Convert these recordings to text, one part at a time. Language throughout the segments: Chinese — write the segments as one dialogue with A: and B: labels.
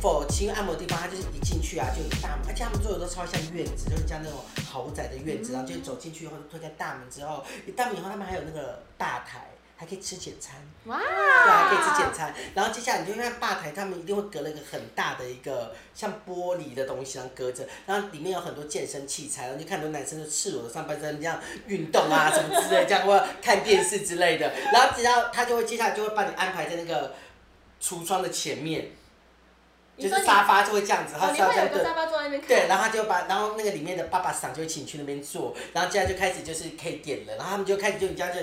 A: 否骑个按摩的地方，它就是一进去啊，就一大门，而且他们做的都超像院子，就是像那种豪宅的院子，然后就走进去以后，就推开大门之后，一大门以后，他们还有那个吧台，还可以吃简餐，
B: 哇，
A: 对，啊还可以吃简餐。然后接下来你就看吧台，他们一定会隔了一个很大的一个像玻璃的东西，然后隔着，然后里面有很多健身器材，然后就看很多男生就赤裸的上半身这样运动啊什么之类，这样或者看电视之类的。然后只要他就会接下来就会把你安排在那个橱窗的前面，就
B: 你
A: 是
B: 说你
A: 沙发就会这样子，他
B: 哦，
A: 是
B: 你
A: 要
B: 会
A: 这样
B: 有个
A: 对。
B: 沙发坐在那边看，
A: 对，然后他就把，然后那个里面的爸爸桑就会请你去那边坐，然后接下来就开始就是可以点了，然后他们就开始就你这 样就，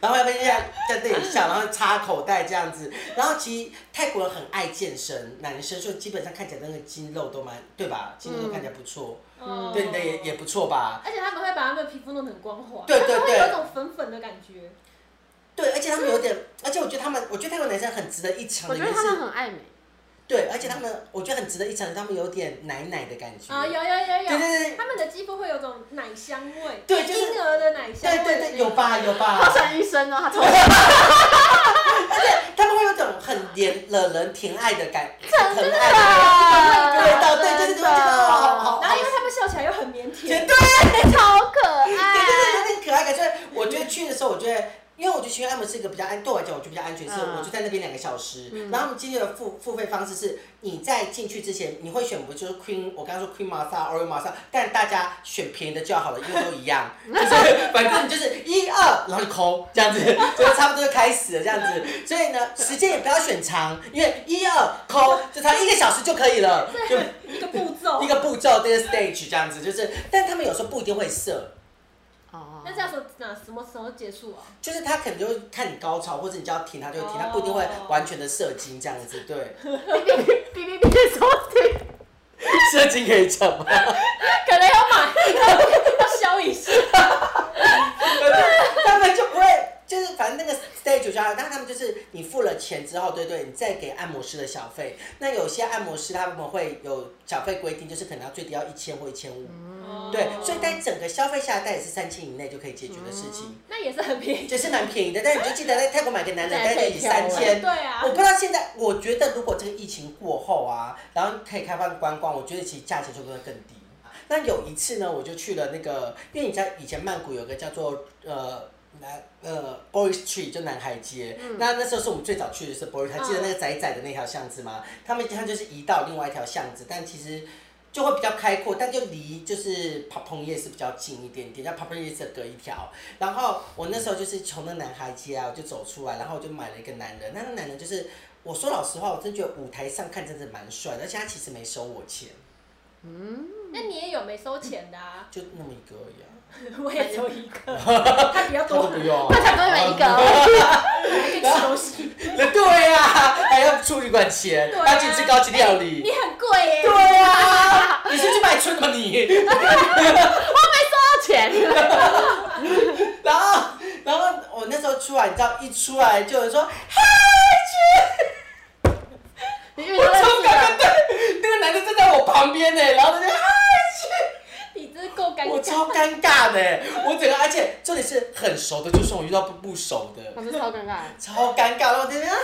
A: 然后要不然就这样在那里笑，然后插口袋这样子，然后其实泰国人很爱健身，男生所以基本上看起来那个肌肉都蛮对吧？肌肉都看起来不错，
B: 哦
A: 对你的也也不错吧？
B: 而且他们会把他们的皮肤弄得很光滑，
A: 对对
B: 他们会
A: 对
B: 有一种粉粉的感觉。
A: 对，而且他们有点，而且我觉得他们，我觉得泰国男生很值得一尝
C: 我
A: 的，
C: 觉
A: 就
C: 得他
A: 是
C: 们很爱美，
A: 对，而且他们我觉得很值得一尝的，他们有点奶奶的感觉，
B: 啊，有有有有，
A: 对对对
B: 他们的肌肤会有种奶香味，
A: 对就是
B: 婴儿的奶香味
A: 对
B: 的那
A: 对
B: 种，
A: 对，有吧有吧，
C: 他算医生哦，他从
A: 他们会有种很怜惹人疼爱的感，疼
C: 真的
A: 爱的味道，对，就是
C: 真
A: 这
C: 的
A: 种好好
B: 然后
A: 好
B: 因，为他们笑起来又很腼
A: 哦绝
B: 腆，
A: 对，
C: 超可爱。
A: 对对对，有点可爱感。所以我觉得去的时候，我觉得。因为我觉得学院按摩是一个比较安，对我来讲，我觉得比较安全，是
C: 嗯
A: 我就在那边两个小时。然后我们今天的付付费方式是，你在进去之前，你会选不就是 Queen，我刚刚说 Queen Masa、Oil Masa，但大家选便宜的就好了，因为都一样，就是反正你就是一二，然后你抠这样子，就差不多就开始了这样子。所以呢，时间也不要选长，因为一二抠就差一个小时就可以了，就
B: 一个步骤
A: 一，个步骤这个 stage 这样子，就是，但他们有时候不一定会设，
C: 哦
B: 那这样说哪什么时候结束啊？
A: 就是他可能就会看你高潮，或者你就要停，他就会停，他不一定会完全的射精这样子，对，
C: 哔哔哔哔哔哔 收听，
A: 射精可以讲吗？
B: 可能要买，要消一下。
A: 他们就不会，就是反正那个 stage 就好，但他们就是你付了钱之后，对对，你再给按摩师的小费。那有些按摩师他们会有小费规定，就是可能要最低要一千或一千五， 对，所以
B: 哦
A: 在整个消费下来，大概也是三千以内就可以解决的事情，
B: 那也是很便宜。
A: 就是蛮便宜的。但你就记得在泰国买个男人，大概以三千
B: 对。啊
A: 我，不知道现在，我觉得如果这个疫情过后啊，然后可以开放观光，我觉得其实价钱就会更低。那有一次呢，我就去了那个，因为你知道以前曼谷有个叫做呃南呃 Boy Street 就南海街，
B: 嗯
A: 那那时候是我们最早去的是 Boy，还记得那个窄窄的那条巷子吗？他们他就是移到另外一条巷子，但其实。就会比较开阔，但就离就是 Papong 夜市比较近一点点，但 Papong 夜市隔一条。然后我那时候就是从那男孩街啊，我就走出来，然后我就买了一个男人，那个男人就是我说老实话，我真觉得舞台上看真的蛮帅的，而且他其实没收我钱，
B: 那你也有没收钱的 啊？
A: 就那么一个而已啊，
B: 我也只有一个，他比较
A: 他都
B: 多，
A: 不用，
C: 快点多买一个哦，
B: 还可以吃东西。
A: 对呀、还要出旅馆钱，
B: 对啊
A: 还
B: 哎
A: 要请吃高级料
B: 你
A: 理，
B: 很贵耶，
A: 对啊呀、你是去买春吗你？
C: 多少 钱？
A: 然后，然后我那时候出来，你知道，一出来就有人说，
C: 你遇到认
A: 超
C: 识
A: 尴尬，
C: 的？
A: 对，那个男的站在我旁边呢，然后他就啊
B: 你真是够尴
A: 我
B: 尬。
A: 超尴尬的，我整个，而且这里是很熟的，就算我遇到不不熟的，
C: 我是哦超尴尬。
A: 超尴尬，然后我就觉得嗨，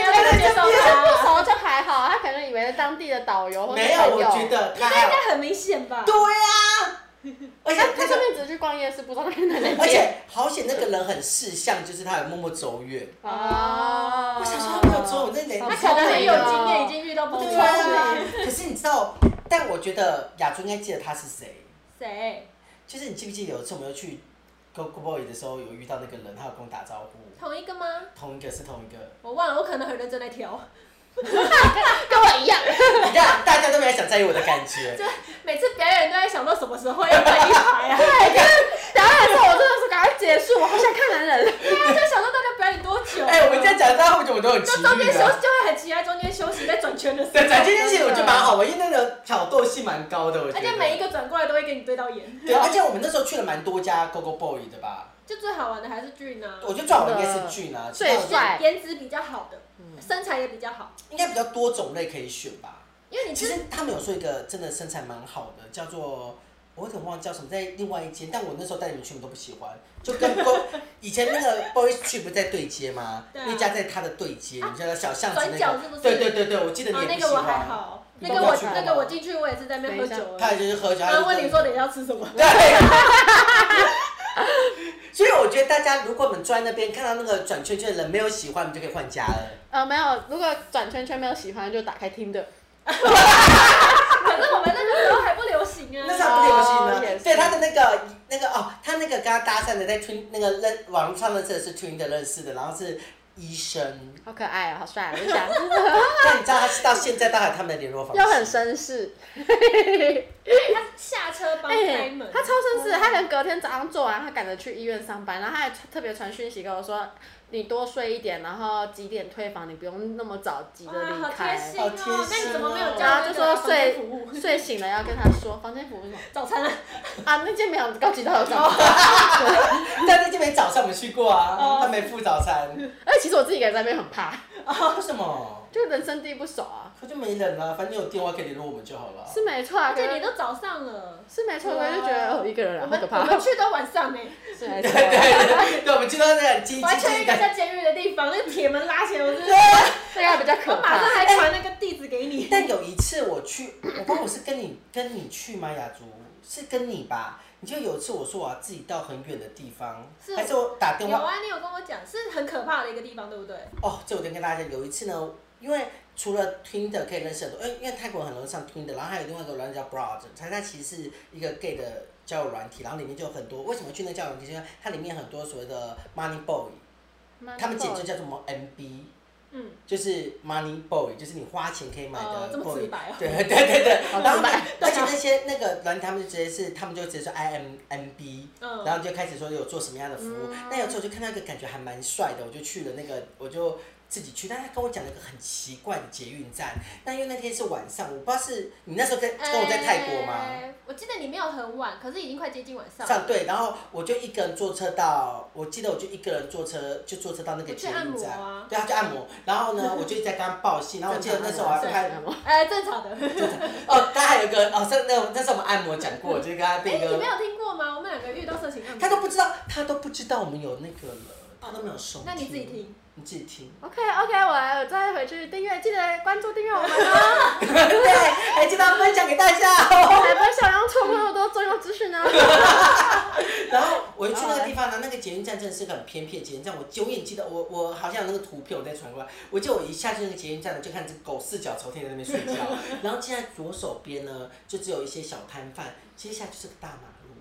B: 你
A: 就
B: 要不要
A: 在
B: 接
A: 这
B: 受
A: 边。
C: 不
B: 他？
C: 熟就还好，啊他可能以为是当地的导游或者
A: 没有，
C: 朋
A: 我
C: 友。
A: 觉得他
B: 那
A: 还
B: 应
A: 有
B: 该很明显吧？
A: 对啊呀、而且
C: 他
A: 那
C: 他上
A: 个，
C: 面只是去逛夜市，不知道在哪里。
A: 而且好险那个人很识相，就是他有默默走远。
C: 哦，
A: 我想说他没有走，我那脸
C: 他
B: 他
A: 超
B: 可能很有经验，啊已
C: 哦
B: 经遇到不错
A: 啊对
B: 的
A: 啊
B: 人。。
A: 可是你知道，但我觉得雅竹应该记得他是谁。
B: 谁？
A: 就是你记不记得有一次我们又去 Go Go Boy 的时候，有遇到那个人，他有跟我打招呼，
B: 同一个吗？
A: 同一个是同一 个。
B: 我忘了，我可能很认真在挑。
C: 跟我一样。
A: 你看，大家都没有想在意我的感觉
B: 就。每次表演都在想到什么时候要摆 一排啊，
C: 表演的时候我真的是赶快结束，我好想看男人。
B: 对啊，就想到大家表演多久。
A: 哎、我们这样讲，大家会觉得我们都很
B: 就
A: 奇
B: 中
A: 遇
B: 间休
A: 的。
B: 息就会很期待中间休息在转圈的时候。
A: 对，展现其实我觉得蛮好玩，因为那个挑逗性蛮高的，我觉
B: 而
A: 得。
B: 且每一个转过来都会跟你对到眼，
A: 对，而且我们那时候去了蛮多家 Go Go Boy 的吧。
B: 就最好玩的还是俊呢、
A: 我觉得最好玩应该是俊啊，其他
C: 最
A: 我觉得
C: 帅
B: 颜值比较好的，
A: 嗯
B: 身材也比较好，
A: 应该比较多种类可以选吧。
B: 因为你
A: 其
B: 就是
A: 实他们有说一个真的身材蛮好的，叫做我有点忘记叫什么，在另外一间，但我那时候带你们去，你们都不喜欢，就 跟 Bo- 以前那个 Boys Trip 不在对街吗？
B: 对啊啊
A: 那家在它的对街，你知道小巷子那
B: 转角是不
A: 个，
B: 是
A: 对对对对，我记得你
B: 哦，
A: 也
B: 那
A: 不喜
B: 个我还
A: 欢。
B: 好，
C: 你
B: 那个
C: 都
B: 我
C: 不喜欢
B: 那个我进去我也是在那边喝酒而
A: 他
B: 已。
A: 也就是喝酒，他
B: 然
A: 就
B: 后问你说等一下要吃什么，
A: 对。 所以我觉得大家如果我们坐在那边看到那个转圈圈的人没有喜欢，我们就可以换家了。
C: 呃，没有，如果转圈圈没有喜欢，就打开听的。
B: 反正我们那个时候还不流行啊。
A: 那啥不流行
C: 哦也
A: 呢？
C: 是
A: 对他的那个那个哦，他那个跟他搭讪的在 Twin 那个认网络上认识的是 Twin 的认识的，然后是医生，
C: 好可爱啊，好帅啊！我就想，
A: 但你知道他是到现在都还有他们的联络方式，
C: 又很绅士。
B: 他下车帮开
C: 哎、
B: 门，
C: 他超绅士，他连隔天早上做完，他赶着去医院上班，然后他还特别传讯息跟我说，你多睡一点，然后几点退房，你不用那么早急着离
B: 哇，好贴
C: 开
B: 心。哦！那你怎么没有
C: 然
B: 叫那
C: 后
B: 个
C: 就说
B: 房间
C: 睡
B: 服务
C: 睡醒了要跟他说，房间服务是什么
B: 早餐啊？
C: 啊？那间没有高级到有什么？
A: 但那这边早上我们去过啊
B: 哦，
A: 他没付早 餐，
C: 而哎且其实我自己一个人在那边很怕，
A: 为什么？
C: 就人生地不熟啊，
A: 他就没人了，反正有电话可以联络我们就好了。
C: 是没错啊，
B: 而且你
C: 可
B: 都早上了，
C: 是没错，我就觉得哦一个人啊，好
B: 我们
C: 可
B: 我
C: 怕，
B: 们去都晚上呢，
C: 是没
A: 对
C: 错。
A: 对对，我们去到那个机
B: 我还去了
A: 机
B: 一个
A: 感。
B: 像监狱的地方，那个铁门拉起来，我真 的，
C: 这啊个比较可
B: 我马
C: 怕
B: 上。还传那个地址给你。
A: 但有一次我去，我不知道我是跟你跟你去吗？雅竹是跟你吧？你就有一次我说我要自己到很远的地方，
B: 是
A: 还是我打电
B: 有
A: 话
B: 啊，你有跟我讲，是很可怕的一个地方，对不对？
A: 哦，这我就跟大家讲，有一次呢，因为除了 Tinder 可以认识很多，因为因为泰国很容易上 Tinder，然后还有另外一个软件叫 Broad，它它其实是一个 gay 的交友软体，然后里面就有很多为什么去那交友软体，就是因为它里面很多所谓的 money boy，他们简称叫做什么 MB。
B: 嗯，
A: 就是 money boy，就是你花钱可以买
B: 哦
A: 的
B: 这么
A: boy，、
B: 直白哦哦
A: 对对对对，
C: 好
A: 然后
C: 直白
A: 而且那些那个软体他们就直接是，他们就直接说 I M M B，
B: 嗯
A: 然后就开始说有做什么样的服务。那有时候我就看到一个感觉还蛮帅的，我就去了那个，我就自己去。但他跟我讲了一个很奇怪的捷运站。那因为那天是晚上，我不知道是你那时候跟跟我在泰国吗？
B: 哎我记得你没有很晚，可是已经快接近晚上了。
A: 上对，然后我就一个人坐车到，我记得我就一个人坐车就坐车到那个
B: 你去
A: 捷
B: 按
A: 运
B: 摩
A: 站，
B: 啊
A: 对，他去按摩， 然后呢，我就一直在跟他报信，然后我记得那时候我还
C: 正常
A: 拍
C: 按，摩
B: 哎，正常的。
A: 哦，他还有一个哦，上那那时候我们按摩讲过，就是跟他
B: 哎、
A: 被一
B: 你没
A: 个，
B: 有听过吗？我们两个遇到色情案，
A: 他都不知道，他都不知道我们有那个了，他都没有收。
B: 那你自己，听，
A: 你自己听。
C: OK OK，我来，我再回去订阅，记得关注订阅我们 哦，哎
A: 对，还记得分享给大 家哦。
C: 还分享，让错过那么多重要资讯呢。啊
A: 然后我就去那个地方呢，那个捷运站真的是个很偏僻的捷运站，我永远记得我我好像有那个图片我再传过来，我记得我一下去那个捷运站呢，就看这狗四脚朝天在那边睡觉， 然后现在左手边呢就只有一些小摊贩，接下来就是个大马路，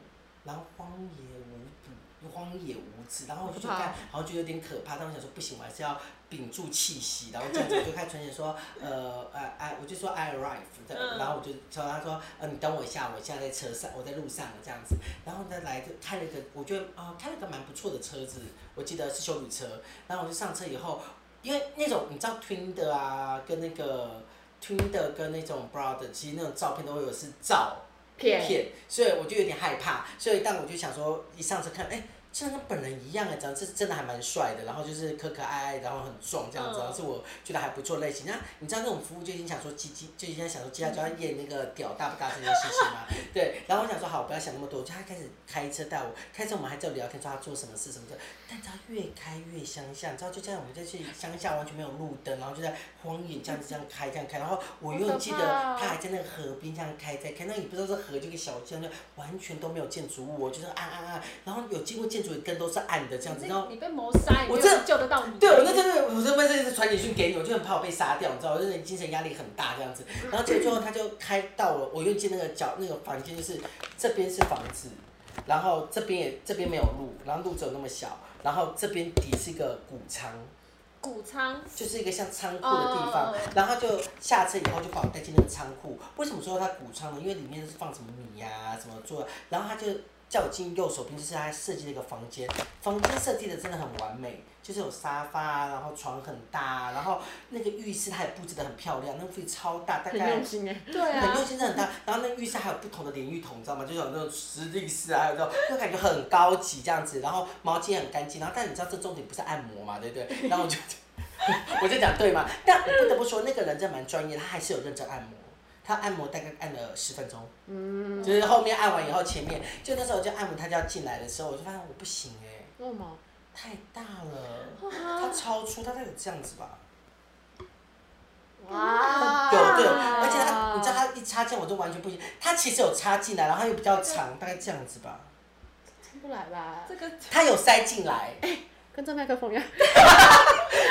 A: 然后荒野无补，荒野无字，然后我就去
C: 好可怕
A: 看，好像觉得有点可怕，但我想说不行，我还是要屏住气息，然后这样子我就开始传简说，呃呃哎，我就说 I arrive，的，
B: 嗯
A: 然后我就说他说，呃你等我一下，我现在在车上，我在路上了这样子，然后呢来就开了一个，我觉得啊、开了一个蛮不错的车子，我记得是修理车，然后我就上车以后，因为那种你知道 Twin 的啊，跟那个 Twin 的跟那种 Brother，其实那种照片都会有是照。
C: 骗
A: 骗，所以我就有点害怕，所以但我就想说，一上车看，哎、真的跟本人一样哎、长得是真的还蛮帅的，然后就是可可爱爱，然后很壮这样子，
B: 嗯
A: 然后是我觉得还不错类型。那你知道那种服务就已经想说鸡鸡，就已经在想说接下来就要验那个屌大不大这件事情吗？对，然后我想说好，不要想那么多，就他开始开车带我，开车我们还在聊天，说他做什么事什么的，但他越开越乡下，你知道就这样，我们就去乡下完全没有路灯，然后就在荒野这样子这样开这样开，然后我
C: 好
A: 永远
C: 可
A: 记得
C: 怕哦
A: 他还在那个河边这样开在开，那也不知道是河这个小巷，就完全都没有建筑物哦，就是暗暗暗，然后有经过建筑的灯都是暗的这样子，
B: 你
A: 然后
B: 被你被谋杀，也没
A: 我
B: 有
A: 真
B: 人救得到你。
A: 对，我那真的，我真的是传简讯给你，我就很怕我被杀掉，你知道，我真的精神压力很大这样子。然后结果最后他就开到了，我又进那个角那个房间，就是这边是房子，然后这边也这边没有路，然后路只有那么小，然后这边底是一个谷仓，
B: 谷仓，
A: 就是一个像仓库的地方。
B: 哦
A: 然后他就下车以后就把我带进那个仓库。为什么说它谷仓呢？因为里面是放什么米呀、什么做的，然后他就叫我进右手边，就是他设计了一个房间，房间设计的真的很完美，就是有沙发啊，然后床很大啊，然后那个浴室它也布置的很漂亮，那个浴室超大，大
C: 很
A: 概
C: 用心哎，
B: 对
A: 很
B: 啊
A: 用，心，真的很大。然后那浴室还有不同的淋浴桶，你知道吗？就是有那种直立式啊，还有那种就感觉很高级这样子。然后毛巾也很干净，然后但你知道这重点不是按摩嘛， 对不对？然后我就我就讲对嘛，但我不得不说那个人真的蛮专业，他还是有认真按摩。他按摩大概按了十分钟，嗯，就是后面按完以后，前面就那时候我就按摩他就要进来的时候，我就发现我不行哎、
C: 为什么？
A: 太大了，它超粗，它大概有这样子吧，
C: 哇
A: 有对，而且它
C: 啊
A: 你知道它一插进我就完全不行，它其实有插进来，然后它又比较长，大概这样子吧，
C: 听不来吧？
B: 这个
A: 它有塞进来，
C: 跟这麦克风一样。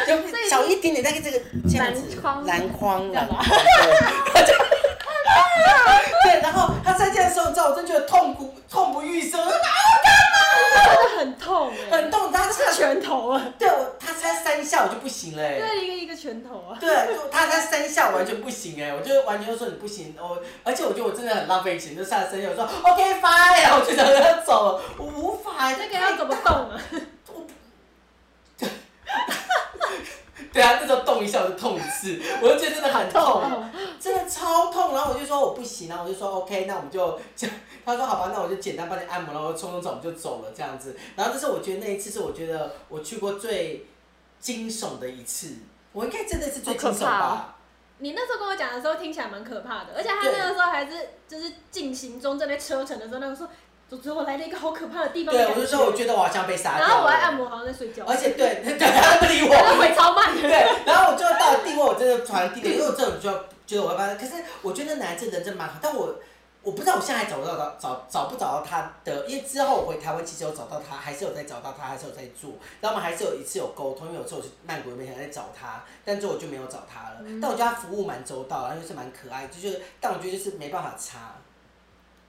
A: 就小一点点，大概这个这样子，
C: 篮筐
A: 篮筐，
C: 干
A: 篮
C: 嘛
A: 筐，对，对然后它塞进来的时候，你知道我真觉得痛苦痛不欲生，
B: 真的很痛哎、
A: 很痛，它
B: 是
A: 是
B: 拳头啊，
A: 对我，它塞三下我就不行了、欸，
B: 对，一个一个拳头啊。
A: 对，就他在三下完全不行哎、我就完全就说你不行，我而且我觉得我真的很浪费钱，就下了三下我说 OK fine，然后我就想要走了，我无法。欸
B: 这个要怎么动啊？
A: 对啊，那时候动一下我就痛一次，我就觉得真的很痛，真的超痛。然后我就说我不行，然后我就说 OK，那我们就 这样。他说好吧，那我就简单帮你按摩，然后冲冲冲我们就走了这样子。然后这是我觉得那一次是我觉得我去过最惊悚的一次，我应该真的是最惊悚
C: 好可怕
A: 吧
C: 哦。
B: 你那时候跟我讲的时候听起来蛮可怕的，而且他那个时候还是就是进行中正在车程的时候，那个说，我觉得我来了一个好可怕的地方的
A: 对，
B: 感
A: 我
B: 觉。
A: 就说我觉得我好像被杀掉了。
B: 然后我在按摩，好像在睡觉，
A: 而且对 对，他不理我，
B: 他回超慢
A: 对
B: 的。，
A: 然后我就到定位，我真的传定位，因为我这种就觉得我要帮他，可是我觉得那男生人真蛮好，但我我不知道我现在还找不到到找找不找到他的，因为之后我回台湾其实有找到他，还是有在找到他，还是有在做，然后我们还是有一次有沟通，因为有时候我去曼谷那边还在找他，但最后我就没有找他了，
B: 嗯
A: 但我觉得他服务蛮周到，然后就是蛮可爱，就是但我觉得就是没办法差。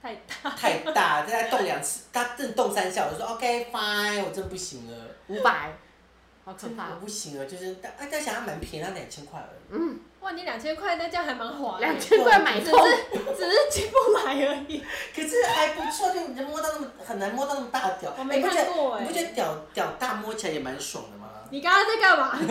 B: 太大，
A: 太大， 再动两次，他真的动三下，我就说 OK fine，我真不行了。
C: 五百，好可
A: 真的
C: 怕
A: 我。不行了，就是但哎，但想要蛮便宜，那两千块而已。
C: 嗯，
B: 哇，你两千块那这样还蛮划的，
C: 两千块买痛，
B: 只是进不来而 已。
A: 可是还不错，就你就摸到那么很难摸到那么大的屌，
B: 我没
A: 你不觉得
B: 看过哎
A: 你不觉得屌屌大摸起来也蛮爽的吗？ 哎
B: 你刚刚在干嘛？你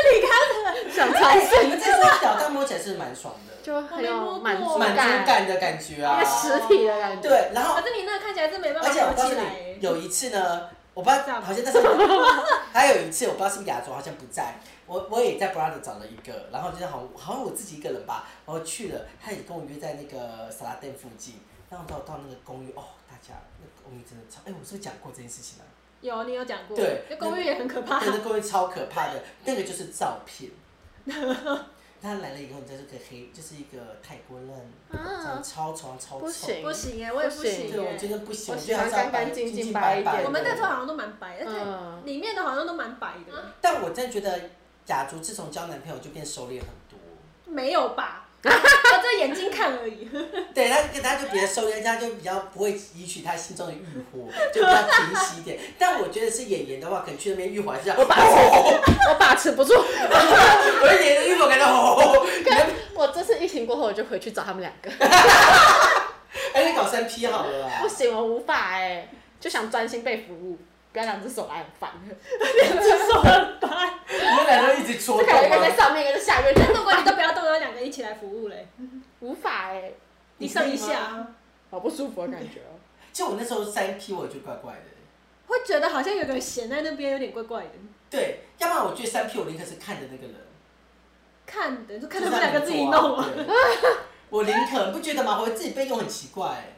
B: 刚刚
C: 想尝试
A: 你们这说屌大摸起来是蛮爽的，
C: 就很有满足
B: 我
A: 满足
B: 没
C: 感，
A: 感的感觉
C: 一
A: 啊
C: 个。实体的感觉。，
A: 对，然后
B: 可是你那个看起来是没办法
A: 而且我
B: 合
A: 告诉
B: 起来
A: 你，
B: 欸。
A: 有一次呢，我不知道，好像那时候 还有一次，我不知道是不是亚洲，好像不在。我我也在 Brother 找了一个，然后就是好像好像我自己一个人吧，然后去了，他也跟我约在那个沙拉店附近，然后到到那个公寓，哦，大家那个公寓真的超，哎、我是不是讲过这件事情啊？
B: 有，你有讲过。
A: 对
B: 那公寓也很可怕
A: 对，。那公寓超可怕的，那个就是照片。 他来了以后，你就是个黑，就是一个泰国人，长得超丑超
C: 嗯不
A: 丑。
C: 行
B: 啊不行哎，我也不行
A: 对，我
B: 哎
A: 觉。得不行，
C: 我
A: 我觉得还
C: 喜欢
A: 是要
C: 干
A: 白
C: 干净净
A: 净
C: 白一
A: 白
C: 点
B: 我们那
A: 的
B: 时候好像都蛮白，但是
C: 嗯，
B: 里面的好像都蛮白的，
A: 但我真的觉得雅竹自从交男朋友就变收敛很多，
B: 没有吧？我这眼睛看而已。
A: 对他，他就比较收敛，他就比较不会汲取他心中的欲火，就比较平息一点。 但我觉得是演员的话，可能去那边欲火还是 要，我把
C: 我把持不 住。
A: 我的演员的欲火感到吼，你们
C: 我这次疫情过后，我就回去找他们两个。
A: 还是搞三 P 好了啦
C: 不。行，我无法哎，就想专心被服务，不要两只手来很烦。
A: 你们俩都一直戳
C: 这感觉
A: 动啊
C: 一
A: 吗？
C: 个在上面，一个在下面，就
B: 如果你都不要动，要两个一起来服务嘞，
C: 无法哎，
B: 你上一下，
C: 好不舒服的感觉哦。
A: 就我那时候三 P，我就怪怪的。
B: 会觉得好像有个人闲在那边，有点怪怪的。
A: 对，要不然我觉得三 P 我宁可是看着那个人，
B: 看的就看
A: 就
B: 他
A: 是
B: 们两个自己
A: 他
B: 弄
A: 们
B: 啊。
A: 做啊。对我宁可不觉得吗？我自己被用很奇怪、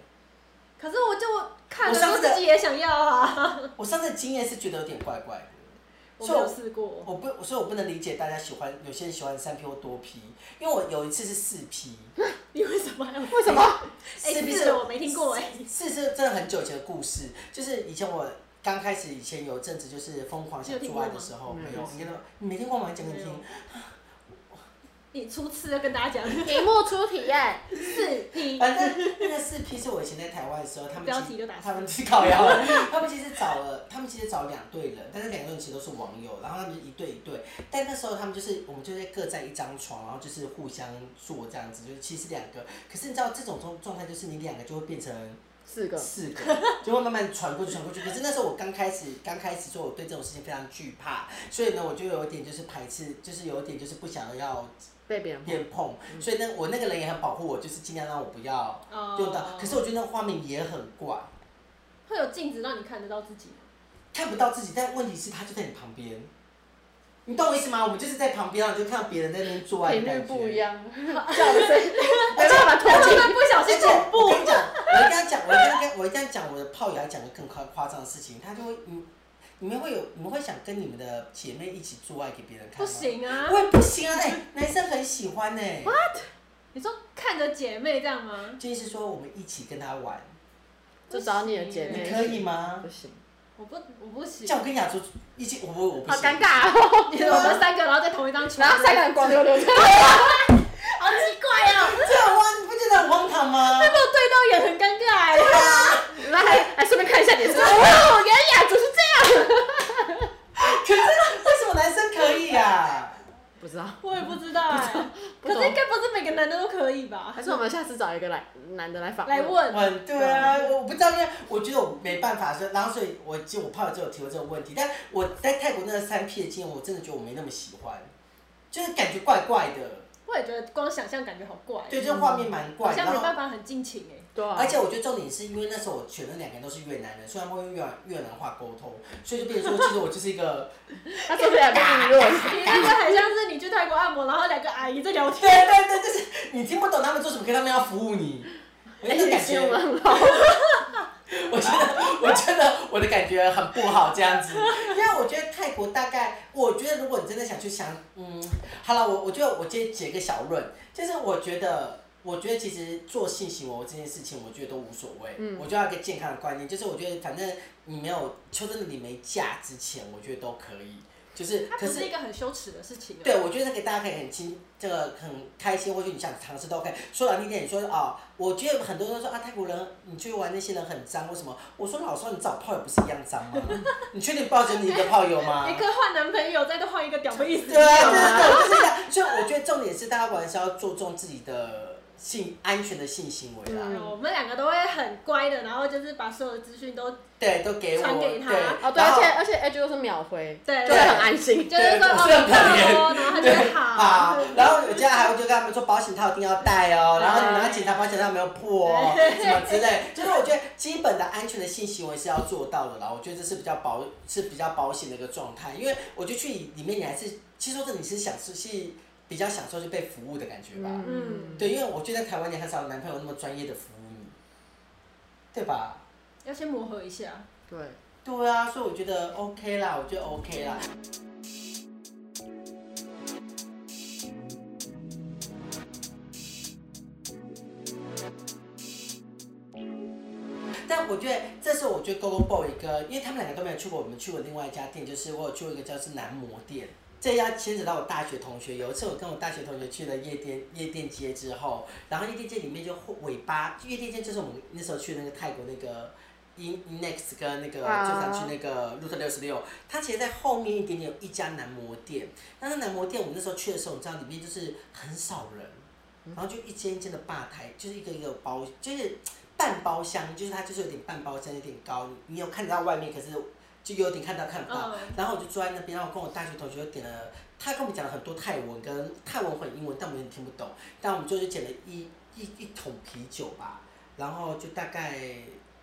B: 可是我就看
A: 我
B: 了，
A: 上
B: 我
A: 次的
B: 自己也想要啊。
A: 我上次经验是觉得有点怪怪的，
B: 我没
A: 所以
B: 有
A: 我
B: 试过，
A: 我不，所以我不能理解大家喜欢，有些人喜欢三 P 或多 P，因为我有一次是四 P，
B: 你为什么要？
C: 为什么？
B: 哎
A: 四 P
B: 是
A: 是
B: 我没听过哎
A: 四是真的很久以前的故事，就是以前我刚开始以前有一阵子就是疯狂想做爱的时候，
C: 你
A: 没
C: 有听过
A: 有
C: 吗，
A: 你跟他你没听过吗？讲给你
B: 没有
A: 听，
B: 你初次要跟大家讲
C: 屏幕初体验，
B: 四 P，
A: 反正呃那个四 P 是我以前在台湾的时候，他们
B: 标
A: 其
B: 题就打四
A: 他们去搞摇了，他们其实找了，他们其实找两队人，但是两个人其实都是网友，然后他们就一对一对，但那时候他们就是我们就在各在一张床，然后就是互相做这样子，就是其实两个，可是你知道这种状状态就是你两个就会变成
C: 四个
A: 四个，就会慢慢传过去传过去。可是那时候我刚开始刚开始做，我对这种事情非常惧怕，所以呢我就有一点就是排斥，就是有一点就是不想要
C: 被别人碰
A: 变碰，
B: 嗯
A: 所以呢我那个人也很保护我，就是尽量让我不要。
B: 哦
A: 用到，可是我觉得那画面也很怪，
B: 会有镜子让你看得到自己吗。
A: 看不到自己，但问题是他就在你旁边，你懂我意思吗？我们就是在旁边，然后就看到别人在那边做爱的
C: 频率
A: 感觉，
C: 不一样，叫的 声音，而且把拖
B: 他会
C: 进
B: 不会不小
A: 而
B: 心
A: 且
B: 恐
A: 我跟
B: 怖？
A: 你讲，我一定要讲，我一定要跟，我一定要讲我的炮友要讲个更夸夸张的事情，他就会你你们会有你们会想跟你们的姐妹一起做爱给别人看
B: 不
A: 吗？，
B: 行啊！
A: 我也不行啊！哎、男生很喜欢呢、欸。
B: 你说看着姐妹这样吗？
A: 建议是说我们一起跟他玩，
C: 就找你的姐
A: 你
C: 妹，
A: 可以吗
C: 不？行，
B: 我不，我不行。
A: 叫我跟雅竹一起，我不我不
C: 好
A: 行。
C: 尴尬哦。
B: 你我们三个，然后在同一张床，
C: 然后三个人光溜溜的，
B: 好奇怪哦，
A: 这样哇，你不觉得很荒唐吗？
B: 没有对到眼很尴尬哎。
C: 然后还还顺便看一下你是，哇，原来雅竹是这样，
A: 可是为什么男生可以啊？
C: 不知道，
B: 我也不知道哎，
C: 不
B: 可
C: 懂
B: 是应该不是每个男的都可以吧
C: 还？是我们下次找一个来男的来访
B: 来问，
A: 嗯，对啊，我不知道，因为我觉得我没办法，所以然后所以我就我怕我就有提过这个问题，但我在泰国那个三 P 的经验，我真的觉得我没那么喜欢，就是感觉怪怪的，
B: 我也觉得光想象感觉好怪，
A: 对，这画面蛮
B: 好
A: 怪，
B: 像
A: 然
B: 没办
A: 后。
B: 法很尽情哎。
C: 对啊，
A: 而且我觉得重点是因为那时候我选的两个人都是越南人，虽然会用越南越南话沟通，所以就变成说，其实我就是一个，
C: 他说不定还不比你弱，
B: 你那个很像是你去泰国按摩，然后两个阿姨在聊
A: 对
B: 天，
A: 对对，就是你听不懂他们做什么，可是他们要服务你，我那个感觉，
C: 我很好，
A: 我觉得，我觉得我的感觉很不好这样子，因为我觉得泰国大概，我觉得如果你真的想去想，嗯，好了，我我觉得我今天解个小论，就是我觉得，我觉得其实做性行为这件事情，我觉得都无所谓，
C: 嗯
A: 我就要一个健康的观念，就是我觉得反正你没有，说真的你没嫁之前，我觉得都可以，就是
B: 它
A: 可
B: 不
A: 是
B: 是一个很羞耻的事情。
A: 对，，我觉得给大家可以很轻，这个很开心，或者你想尝试都 OK。说老听一点，你说哦，我觉得很多人说啊，泰国人你去玩那些人很脏，为什么？我说老实话，你找炮友不是一样脏吗？ 你确定抱着你的炮友吗？
B: 一个换男朋友，再换一个屌的意思。
A: 对啊，对对对，就是这样。所以我觉得重点是大家玩是要注重自己的性安全的性行为啦。
C: 嗯
B: 我们两个都会很乖的，然后就是把所有的资讯都，
A: 对，都给我。
B: 传给他
A: 对，
C: 哦对，
A: 然
C: 而
A: 后
C: 且而且 H 就是秒回，
B: 对
C: 就会很安心，
B: 就是说
A: 啊对
B: 哦，
A: 我是很
B: 你看
A: 可怜
B: 哦，然后他就
A: 对啊
B: 会好。
A: 好，然后我家还会就跟他们说保险套一定要带哦，然后你们要检查保险套有没有破哦，什么之类。就是我觉得基本的安全的性行为是要做到的啦，我觉得这是比较保是比较保险的一个状态，因为我觉得去里面你还是，其实说真的你是享受是比较享受就被服务的感觉吧，
C: 嗯，
A: 对，因为我觉得在台湾你很少有男朋友那么专业的服务你，对吧？
B: 要先磨合一下。
C: 对，
A: 对啊，所以我觉得 OK 啦，我觉得 OK 啦。但我觉得这是我觉得 GoGo Boy 一个，因为他们两个都没有去过，我们去过另外一家店，就是我有去过一个叫是男模店。这要牵扯到我大学同学，有一次我跟我大学同学去了夜店夜店街之后，然后夜店街里面就尾巴，夜店街就是我们那时候去那个泰国那个 In Next 跟那个
C: 啊
A: 就想去那个路特六十六，它其实在后面一点点有一家男模店，那那男模店我们那时候去的时候，你知道里面就是很少人，然后就一间一间的吧台，就是一个一个包，就是半包厢，就是它就是有点半包厢，有点高，你你有看得到外面，可是就有点看到看不到。
B: 嗯
A: 然后我就坐在那边，然后我跟我大学同学点了，他跟我们讲了很多泰文跟泰文混英文，但我们也听不懂。但我们就是点了一一一桶啤酒吧，然后就大概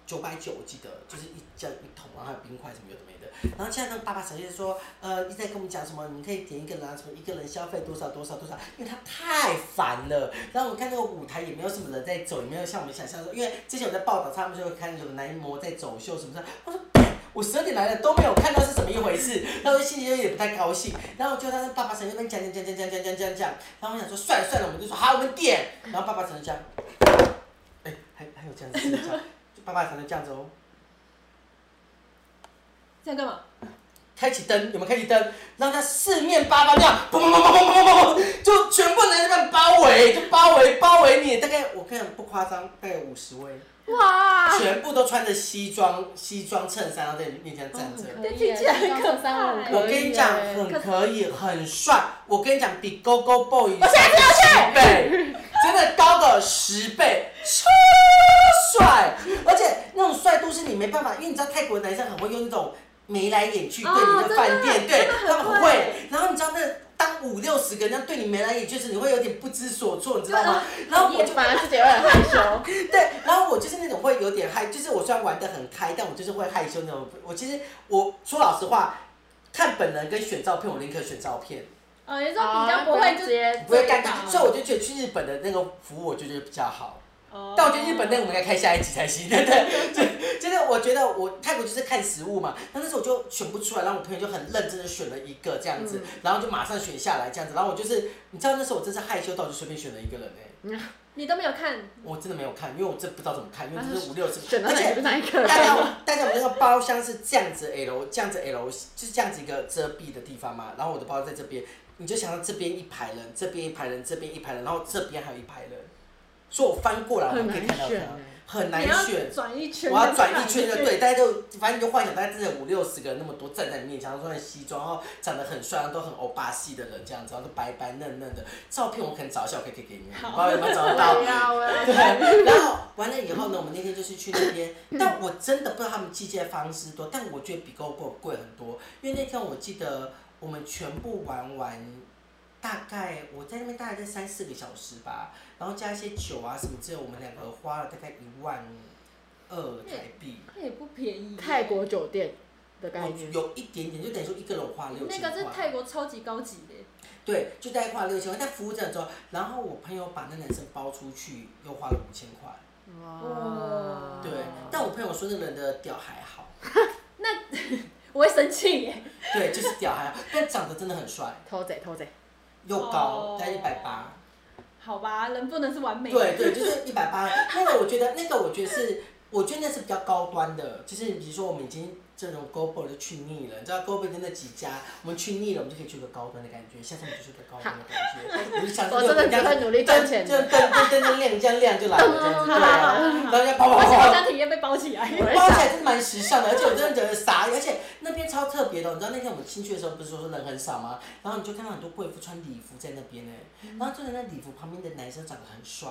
A: 九百九，我记得就是一这样一桶，然后还有冰块什么有的没的。然后现在那个爸爸小姐说，呃，一直在跟我们讲什么，你可以点一个人啊，什么一个人消费多少多少多少，因为他太烦了。然后我看那个舞台也没有什么人在走，也没有像我们想象的，因为之前我在报道，他们就会看什么男模在走秀什么的，我说。我十二点来了都没有看到是怎么一回事，然后我就心情有点不太高兴，然后就他跟爸爸神那边讲讲讲讲讲讲讲讲讲，然后我想说算了算了，我们就说好我们点，然后爸爸神就这样，哎、还还有这样子这样，就爸爸神就这样子哦，
B: 这样干嘛？
A: 开启灯有没有开启灯，然后他四面八方这样砰砰砰砰砰砰砰砰，就全部人在那边包围，就包围包围你，大概我跟你讲不夸张，大概五十位，
C: 哇，
A: 全部都穿着西装西装衬衫，然后在你面前站着。
C: 哦可以耶，这张三文可以耶
A: 我跟你讲，很可以，很帅。我跟你讲，比 Go Go Boy 我
C: 现在就要去
A: 十倍，真的高个十倍，超帅！而且那种帅度是你没办法，因为你知道泰国男生很会用那种眉来眼去对
B: 哦
A: 你的饭店，
B: 真的
A: 对
B: 真的
A: 他
B: 很
A: 们
B: 会
A: 会。然后你知道那当五六十个人这样对你眉来眼去时，你会有点不知所措，你知道吗？然后我
C: 也
A: 就
C: 反而自己会很害羞，
A: 对，然后我就是那种会有点害，就是我虽然玩的很开，但我就是会害羞那种。我其实我说老实话，看本人跟选照片，我宁可选照片，
B: 哦，也就是说比较不会
C: 直
B: 就
C: 接
A: 不会
C: 尴
A: 尴
C: 尬，啊
A: 尬。所以我就觉得去日本的那个服务，我就觉得比较好。
B: 哦
A: 但我觉得日本那个我们应该开下一集才行， 对对，就就是我觉得我泰国就是看食物嘛，但那时候我就选不出来，然后我朋友就很认真的选了一个这样
C: 嗯
A: 子，然后就马上选下来这样子，然后我就是你知道那时候我真是害羞到就随便选了一个人哎、
B: 你都没有看，
A: 我真的没有看，因为我真不知道怎么看，因为这是五六十，
C: 选到
A: 而
C: 哪
A: 且
C: 一个哪一个？
A: 大家大家我们那个包厢是这样子 L，这样子 L 就是这样子一个遮蔽的地方嘛，然后我的包在这边，你就想到这边一排人，这边一排人，这边一排人，然后这边还有一排人，所以我翻过来我
C: 很
A: 还可以
C: 难
A: 看到
C: 选
A: 他
C: 欸，
A: 很难
B: 你要
A: 选。
B: 转一圈，
A: 我要转一圈的，对，大家就反正你就幻想大概真的有五六十个人那么多站在你面前，然后穿西装，然后长得很帅，然后都很欧巴系的人这样子，然后都白白嫩嫩的。照片我可能找一下，我可以给给你们，不知道有没有找得到
C: 我。要我要
A: 对，啊然后完了以后呢，我们那天就是去那边，但我真的不知道他们寄件方式多，但我觉得比 GoGo 贵很多，因为那天我记得我们全部玩完，大概我在那边大概在三四个小时吧，然后加一些酒啊什么之类，我们两个花了大概一万二台币，
B: 那也不便宜。
C: 泰国酒店的概
A: 哦
C: 念，
A: 有一点点，就等于说一个人我花六
B: 那
A: 千
B: 个是
A: 块，
B: 泰国超级高级的，
A: 对，就大概花了六千块，但服务证之后，然后我朋友把那男生包出去又花了五千块，
C: 哇，
A: 对，但我朋友说那人的屌还好。
B: 我会生气耶。
A: 对，就是屌还好，但长得真的很帅，
C: 偷贼偷贼，
A: 又高，在一百八。
B: 好吧，人不能是完美的。
A: 对对，就是一百八。那个我觉得，那个我觉得是，我觉得那是比较高端的，就是比如说我们已经这种 GoPro 就去腻了，你知道 GoPro 的那几家，我们去腻了，我们就可以去个高端的感觉，下次我们就去个高端的感觉。我就想说，
C: 我真的只会努力赚钱
A: 就噔噔噔噔亮，这样亮就来了，这样子对啊。然后就跑跑
B: 而
A: 跑
B: 且
A: 跑
B: 我。想体验被包起来。
C: 我
A: 包
C: 在
A: 起
C: 想
A: 来 真的蛮时尚的，而且我真的觉得傻眼，而且那边超特别的。你知道那天我们进去的时候，不是说人很少吗？然后你就看到很多贵妇穿礼服在那边呢、欸
B: 嗯
A: 然后坐在那礼服旁边的男生长得很帅，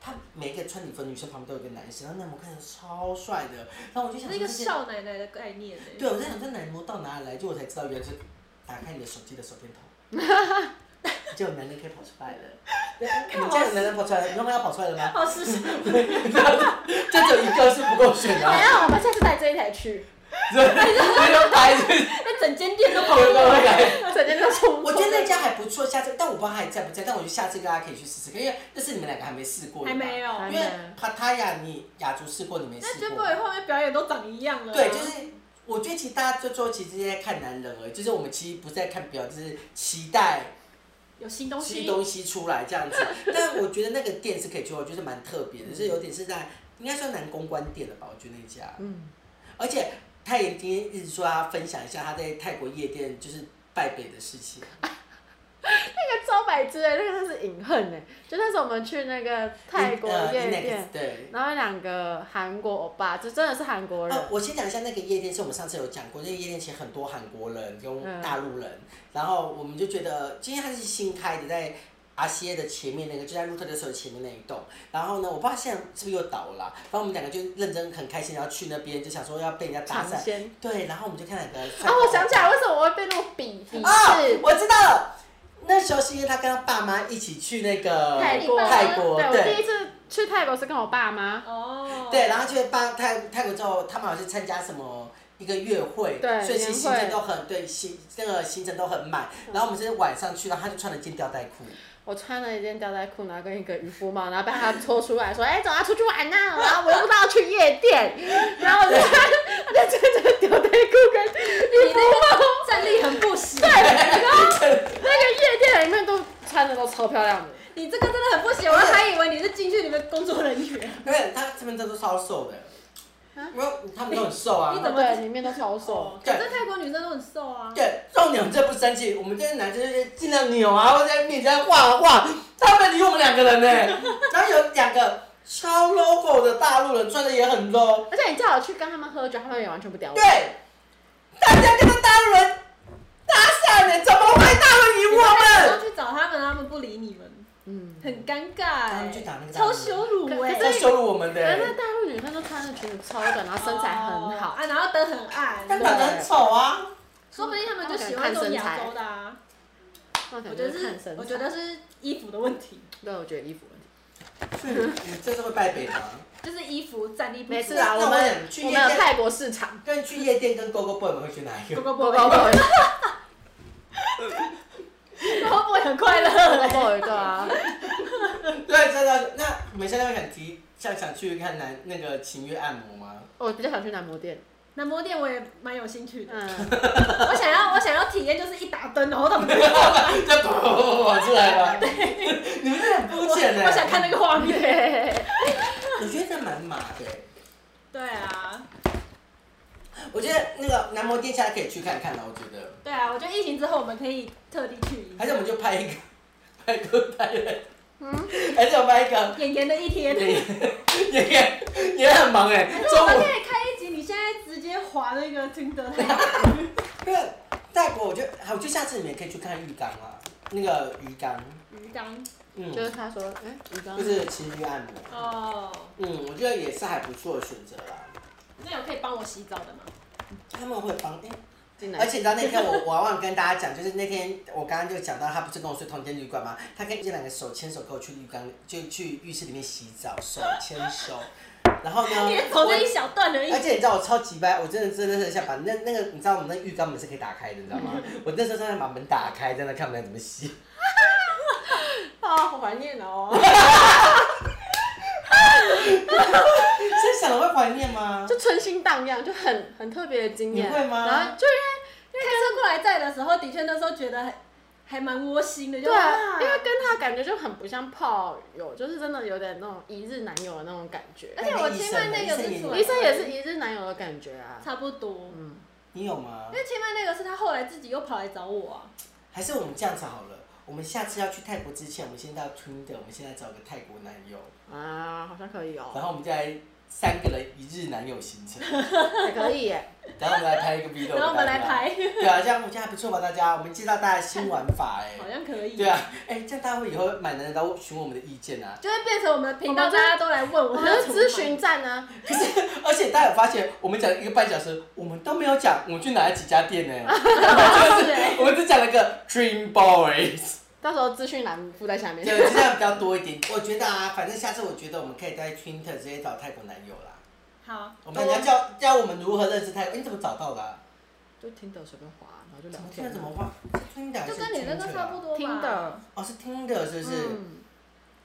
A: 他每一个穿礼服的女生旁边都有一个男生，然后那模看起来超帅的。然后我就想 说
B: 是一个
A: 这些，
B: 少奶奶的概念欸耶
A: 对，我在想这男模到哪里来，就我才知道原来是打开你的手机的手电筒。 就有男人可以跑出来了，对你们家有男人跑出来了，你妈妈要跑出来了 吗？
B: 好是是，
A: 就只有一个是不够选的、
C: 没
A: 啊，
C: 有，我们下次带这一台去，
A: 没有排队。
B: 那整间店都跑
A: 有
B: 过
A: 到
B: 来。
A: 来。
C: 整天都冲。
A: 我觉得那家还不错，下次但我不知道它还在不在，但我觉得下次大家可以去试试看，因为那是你们两个还没试过的
B: 还
A: 吧
B: 没有，
C: 还
A: 因为帕塔亚你雅竹试过，你没
B: 那
A: 试
B: 就不
A: 过。
B: 会后面表演都长一样了。
A: 对，就是我觉得其实大家最最后其实是在看男人而已，就是我们其实不是在看表，就是期待
B: 有新东
A: 新
B: 西。
A: 东西出来这样 子。但我觉得那个店是可以去，我觉得蛮特别的，就是有点是在应该算南公关店了吧，我觉得那家。
C: 嗯，
A: 而且他也今天一直说他分享一下他在泰国夜店就是败北的事情。
C: 啊那个招百之类，那个真是隐恨哎。就那时候我们去那个泰国
A: 呃
C: 夜
A: Inex，
C: 店，
A: 对。
C: 然后两个韩国欧巴，就真的是韩国人
A: 哦，，我先讲一下那个夜店，是我们上次有讲过，那个夜店其实很多韩国人
C: 嗯
A: 跟大陆人，然后我们就觉得，今天它是新开的，在阿西耶的前面那个，就在路特的时候前面那一栋，然后呢，我不知道现在是不是又倒了啦，然后我们两个就认真很开心，然后去那边就想说要被人家搭
C: 尝
A: 讪，
C: 鲜。
A: 对，然后我们就看两个帅
C: 啊，
A: 哥
C: 我想起来，为什么我会被那种鄙鄙
A: 啊
C: 视，？
A: 我知道了，那时候是因为他跟他爸妈一起去那个
C: 泰国，
A: 泰国
C: 对我
A: 对
C: 第一次去泰国是跟我爸妈，
B: 哦。
A: 对，然后去巴泰泰国之后，他们好像去参加什么一个月会，
C: 对
A: 所以其实
C: 年
A: 行
C: 会
A: 程都很对，行那个行程都很满。
C: 嗯
A: 然后我们是晚上去，然后他就穿了件吊带裤，
C: 我穿了一件吊带裤，然后跟一个渔夫帽，然后被他拖出来说：“哎、走啊，出去玩呐、然后我又不知道去夜店，然后我就他就穿着吊带裤跟渔
B: 你
C: 夫
B: 那个战力很不行，
C: 那个夜店里面都穿的都超漂亮的。
B: 你这个真的很不行，我还以为你是进去你们工作人员。
A: 因为他这边真的都超瘦的
C: 啊，
A: 因为他们都很瘦啊
B: 你。怎么
C: 对，里面都超瘦。
B: 哦可是泰国女生都很瘦啊。
A: 对，重点我们这不生气，我们这些男生就是尽量扭啊，或者在面前画啊画，他们理我们两个人呢、 然后有两个超 logo 的大陆人，穿的也很 low。
C: 而且你叫我去跟他们喝酒，他们也完全不屌我。
A: 对，大家跟大陆人搭讪呢，怎么会大陆赢
B: 你
A: 我
B: 们
A: 们？
B: 都去找他们，他们不理你们，
C: 嗯，
B: 很尴尬
A: 他
B: 欸
A: 们去打那个，大
B: 超
A: 陆
B: 羞辱
C: 可
B: 哎
C: 可。
A: 在
C: 是
A: 羞辱我们
C: 可是
A: 的
C: 那，大陆女生都穿的裙子超短，然后身材很好
B: 哦。啊，然后灯很暗，
A: 但长得很丑啊。
B: 说不定他们就喜欢这种亚洲的啊。
C: 那可
B: 我
C: 能
B: 觉得
C: 就是看
B: 是
C: 身，材
B: 我觉得是衣服的问题。
C: 对，我觉得衣服问题。
A: 所以你这次会败北吗？
B: 就是衣服战利品。
C: 没事
A: 那
C: 啊，
A: 那
C: 我
A: 我
C: 们
A: 想去
C: 我
A: 夜
C: 们有
A: 店
C: 泰国市场，
A: 跟去夜店跟 Go Go Boy 你们会去哪一
B: 狗
A: 个？
B: 狗
C: 不不
B: 不
C: 不，不
B: 狗狗 boy 很 快乐。
C: 不，对啊，
A: 对，真的。那你们现在会想提想想去看男那个情欲按摩吗？
C: 我比较想去男模店，
B: 男模店我也蛮有兴趣的，
C: 嗯，
B: 我想要我想要体验就是一打灯，然后他 们
A: 就噗出来了。 你们真的很肤浅欸呢。
B: 我想看那个画面。
C: 对，
A: 我觉得这蛮马的欸。
B: 对啊，
A: 我觉得那个男模店现在可以去看看了，我觉得。
B: 对啊，我觉得疫情之后我们可以特地去一
A: 还
B: 下
A: 是我们就拍一个， 拍个拍人，
C: 嗯，
A: 还是我拍一个。
B: 演员的一天。
A: 也也也很忙哎，
B: 我
A: 中
B: 们
A: 午
B: 可以开一集，你现在直接划那个听得
A: 那个泰国，我觉得，好我觉得下次你们也可以去看浴缸啊，那个鱼缸，
B: 鱼缸
A: 嗯，
C: 就是他说，哎，你刚
A: 就，是情侣按摩，
B: 哦。
A: 嗯，我觉得也是还不错的选择啦。
B: 那有可以帮我洗澡的吗？
A: 他们会帮，哎、
C: 进
A: 而
C: 来，
A: 且你知道那天我我忘了跟大家讲，就是那天我刚刚就讲到，他不是跟我睡同间旅馆吗？他跟这两个手牵手跟我去浴缸，就去浴室里面洗澡，手牵手，然后呢，
B: 你从那一小段而已
A: 而。且你知道我超级哎掰，我真的真的是很想把那那个你知道我们那浴缸门是可以打开的，你知道 吗？我那时候真的把门打开，在那看我们怎么 洗。
C: 啊，好怀念哦，
A: 是想了会怀念吗？
C: 就春心荡漾，就很很特别的经验，
A: 你会吗
C: 然后就
B: 开车过来载的时候，的确那时候觉得还还蛮窝心的，就
C: 对啊，
B: 哇
C: 因为跟他感觉就很不像炮友，就是真的有点那种一日男友的那种感觉。
B: 而且我清迈那个
A: 医生
B: 是出
A: 对
B: 来
C: 医生也是一日男友的感觉啊。
B: 差不多，
C: 嗯，
A: 你有吗
B: 因？为前面那个是他后来自己又跑来找我啊，
A: 还是我们这样子好了，我们下次要去泰国之前，我们先到 Tinder，我们现在找个泰国男友，
C: 啊，好像可以
A: 然
C: 哦，
A: 后我们再来三个人一日男友行程，
C: 也可以耶。
A: 然后我们来拍一个 video，
B: 然后我们来
A: 给大家，
B: 排，
A: 对啊，这样我觉得还不错吧，大家，我们介绍大家新玩法哎、
B: 好像可以，
A: 对啊，哎、这样大家会以后买男人都询问我们的意见啊。
B: 就会变成我们频
C: 我
B: 道
C: 们这
B: 大家都来问我
C: 我
B: 们
C: 们是咨询站呢，
A: 可是，而且大家有发现，我们讲了一个半小时，我们都没有讲我们去哪几家店呢、
C: 啊
B: 是 哎，
A: 我们只讲了个 Dream Boys，
C: 到时候资讯栏附在下面
A: 对，。就这样比较多一点。我觉得啊，反正下次我觉得我们可以在 Twitter 直接找泰国男友啦。
B: 好，
A: 我们要教教我们如何认识泰国，你怎么找到的、啊？
C: 就听得随便滑，然后就
A: 怎
C: 聊
A: 么
C: 天嗯
A: 听
C: 啊。
A: 怎么画？是 Twitter 还
B: 就是跟你那
A: Tinder
B: 个
A: 啊
B: 差不多吧，
C: 听的？
A: 哦，是 Tinder 是不是？
C: 嗯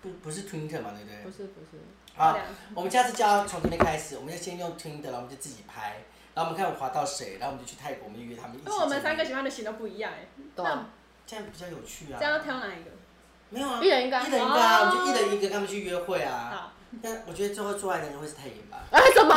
A: 不不是 Twitter 嘛，对
B: 哎
A: 不对？
C: 不是不是，
A: 好
B: 对啊，
A: 我们下次就要从这边开始，我们就先用 Tinder，然后我们就自己拍，然后我们看我滑到谁，然后我们就去泰国，我们就约他们一起
B: 因
A: 见
B: 为
A: 面。
B: 我们三个喜欢的型都不一样哎，
C: 对啊，
A: 这样比较有趣啊。
B: 这样要挑哪一个？
A: 没有啊，
C: 一人一个啊
A: 一人一个啊，我们就
B: 哦
A: 一人一个跟他们去约会啊。
B: 好，
A: 但我觉得最后做爱的人会是太妍吧。
C: 哎，怎么？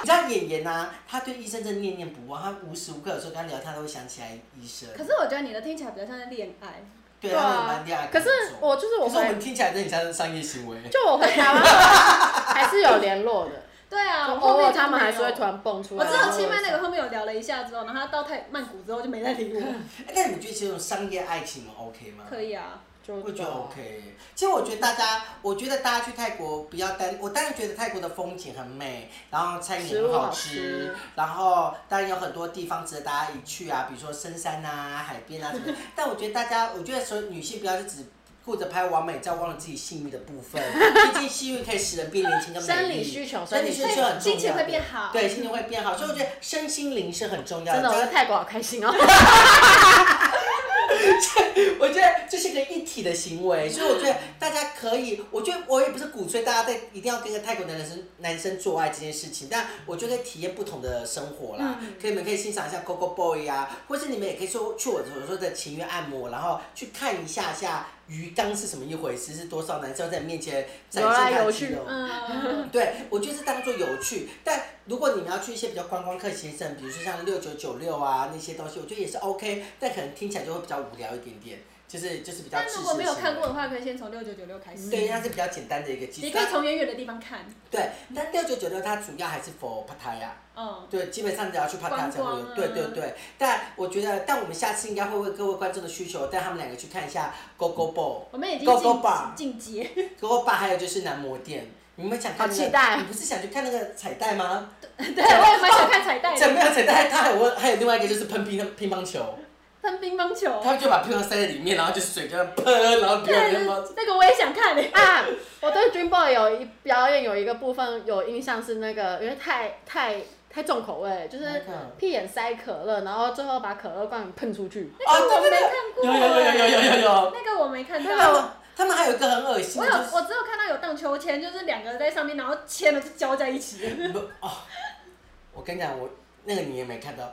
A: 你知道妍妍呐，她对医生真的念念不忘，她无时无刻有时候跟她聊，她都会想起来医生。
B: 可是我觉得你的听起来比较像在恋爱，
A: 对，
C: 对
A: 她
C: 啊
A: 很蛮恋爱
C: 可
A: 感
C: 是
A: 的。
C: 我就是我
A: 可是我
C: 回
A: 们，听起来真的很像是商业行为。
C: 就我回台 湾还是有联络的，
B: 对啊，我后
C: 偶尔
B: 面
C: 他们还是
B: 说
C: 会突然蹦出
B: 啊我
C: 来。
B: 只有清迈那个后面有聊了一下之后，然后他到泰曼谷之后就没再理我。
A: 哎那你们觉得这种商业爱情 OK 吗？
B: 可以啊，
C: 就
A: 我觉得 OK。其实我觉得大家，我觉得大家去泰国不要单，我当然觉得泰国的风景很美，然后餐饮
C: 食
A: 很
C: 物
A: 好
C: 好
A: 吃，
C: 吃
A: 然后当然有很多地方值得大家一去啊，比如说深山啊、海边啊什么 的。但我觉得大家，我觉得所有女性不要是只。顾着拍完美照，忘了自己性欲的部 分。毕竟性欲可以使人变年轻跟美丽。
C: 生理需求
A: 生理需
C: 生理
A: 求很重要。
B: 心情会变好
A: 对，心情会变好，所以我觉得身心灵是很重要
C: 啊真的，我
A: 就是
C: 在泰国好 开心哦。
A: 我觉得这是个一体的行为，所以我觉得大家可以，我觉得我也不是鼓吹大家在一定要跟一个泰国男生男生做爱这件事情，但我觉得体验不同的生活啦，可以你们可以欣赏一下 Coco Boy 啊，或是你们也可以说去我所说的情欲按摩，然后去看一下下鱼缸是什么一回事，是多少男生在你面前展
C: 游来
A: 现他的
C: 游
A: 肌
C: 去
A: 肉。
B: 嗯，
A: 对，我觉得是当做有趣。但如果你们要去一些比较观光客行程，比如说像六九九六啊那些东西，我觉得也是 OK，但可能听起来就会比较无聊一点点，就是就是比较
B: 但
A: 知识性
B: 如果
A: 的。
B: 没有看过的话，可以先从六九九六开始。
A: 对，它是比较简单的一个技术。
B: 你可以从远远的地方看，
A: 对，但六九九六它主要还是 for Pattaya，
B: 嗯，
A: 对，基本上只要去 Pattaya 才会有。
B: 观光啊
A: 对对对，但我觉得，但我们下次应该会为各位观众的需求，带他们两个去看一下 Go Go Ball。
B: 我们已经
A: Go Go
B: 进
A: Bar
B: 进阶，
A: 可我爸还有就是男模店，你们想看、那个？
C: 好期
B: 啊
C: 待
A: 你不是想去看那个彩带吗？
B: 对我也蛮想看彩带
A: 怎
B: 的。
A: 么样彩带？他还有问，还有另外一个就是喷乒乒乓球，
B: 喷乒乓球，
A: 他们就把乒乓塞在里面，然后就水这样喷， 然后乒乓乒乓。
B: 那个我也想看嘞。
C: 啊，我对 Dream Boy 有一表演有一个部分有印象是那个，因为太太太重口味了，就是
A: 哪个
C: 屁眼塞可乐，然后最后把可乐罐喷出去。
A: 啊，
B: 那个我
A: 对
B: 没
A: 对
B: 看
A: 对，
B: 过，
A: 有有有有有有有有。
B: 那个我没看
A: 他
B: 到。
A: 们他们还有一个很恶心
B: 我
A: 的，
B: 有
A: 就，
B: 我只有看到有荡秋千，就是两个在上面，然后牵了就交在一起。
A: 是不哦，我跟你讲，我那个你也没看到。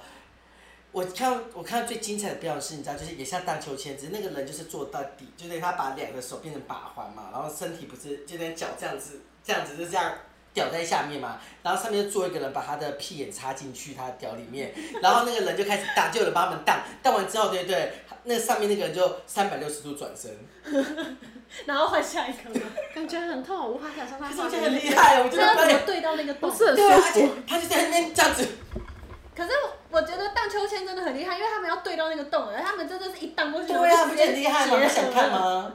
A: 我看我看到最精彩的表演是，你知道，就是也像荡秋千，只是那个人就是坐到底，就是他把两个手变成把环嘛，然后身体不是就连脚这样子，这样子就这样吊在下面嘛，然后上面就坐一个人把他的屁眼插进去他的屌里面，然后那个人就开始荡，就有人帮他们荡，荡完之后，对不对？那上面那个人就三百六十度转身，
B: 然后换下一个 吗？
C: 感觉很痛，我无法想象它
A: 可是
C: 画
A: 我觉
C: 面
A: 得很厉害，我觉
B: 不
A: 得
B: 知道
A: 他
B: 怎么对到那个洞
C: 不。是很
A: 对啊，
C: 舒
A: 而且
C: 服。
A: 他就在那边这样子。
B: 可是我觉得荡秋千真的很厉害，因为他们要对到那个洞，然后他们真的是一荡过去，
A: 对啊，
B: 就
A: 不
B: 直
A: 是很厉
B: 接
A: 害吗？
B: 结
A: 你
B: 合
A: 想看？吗？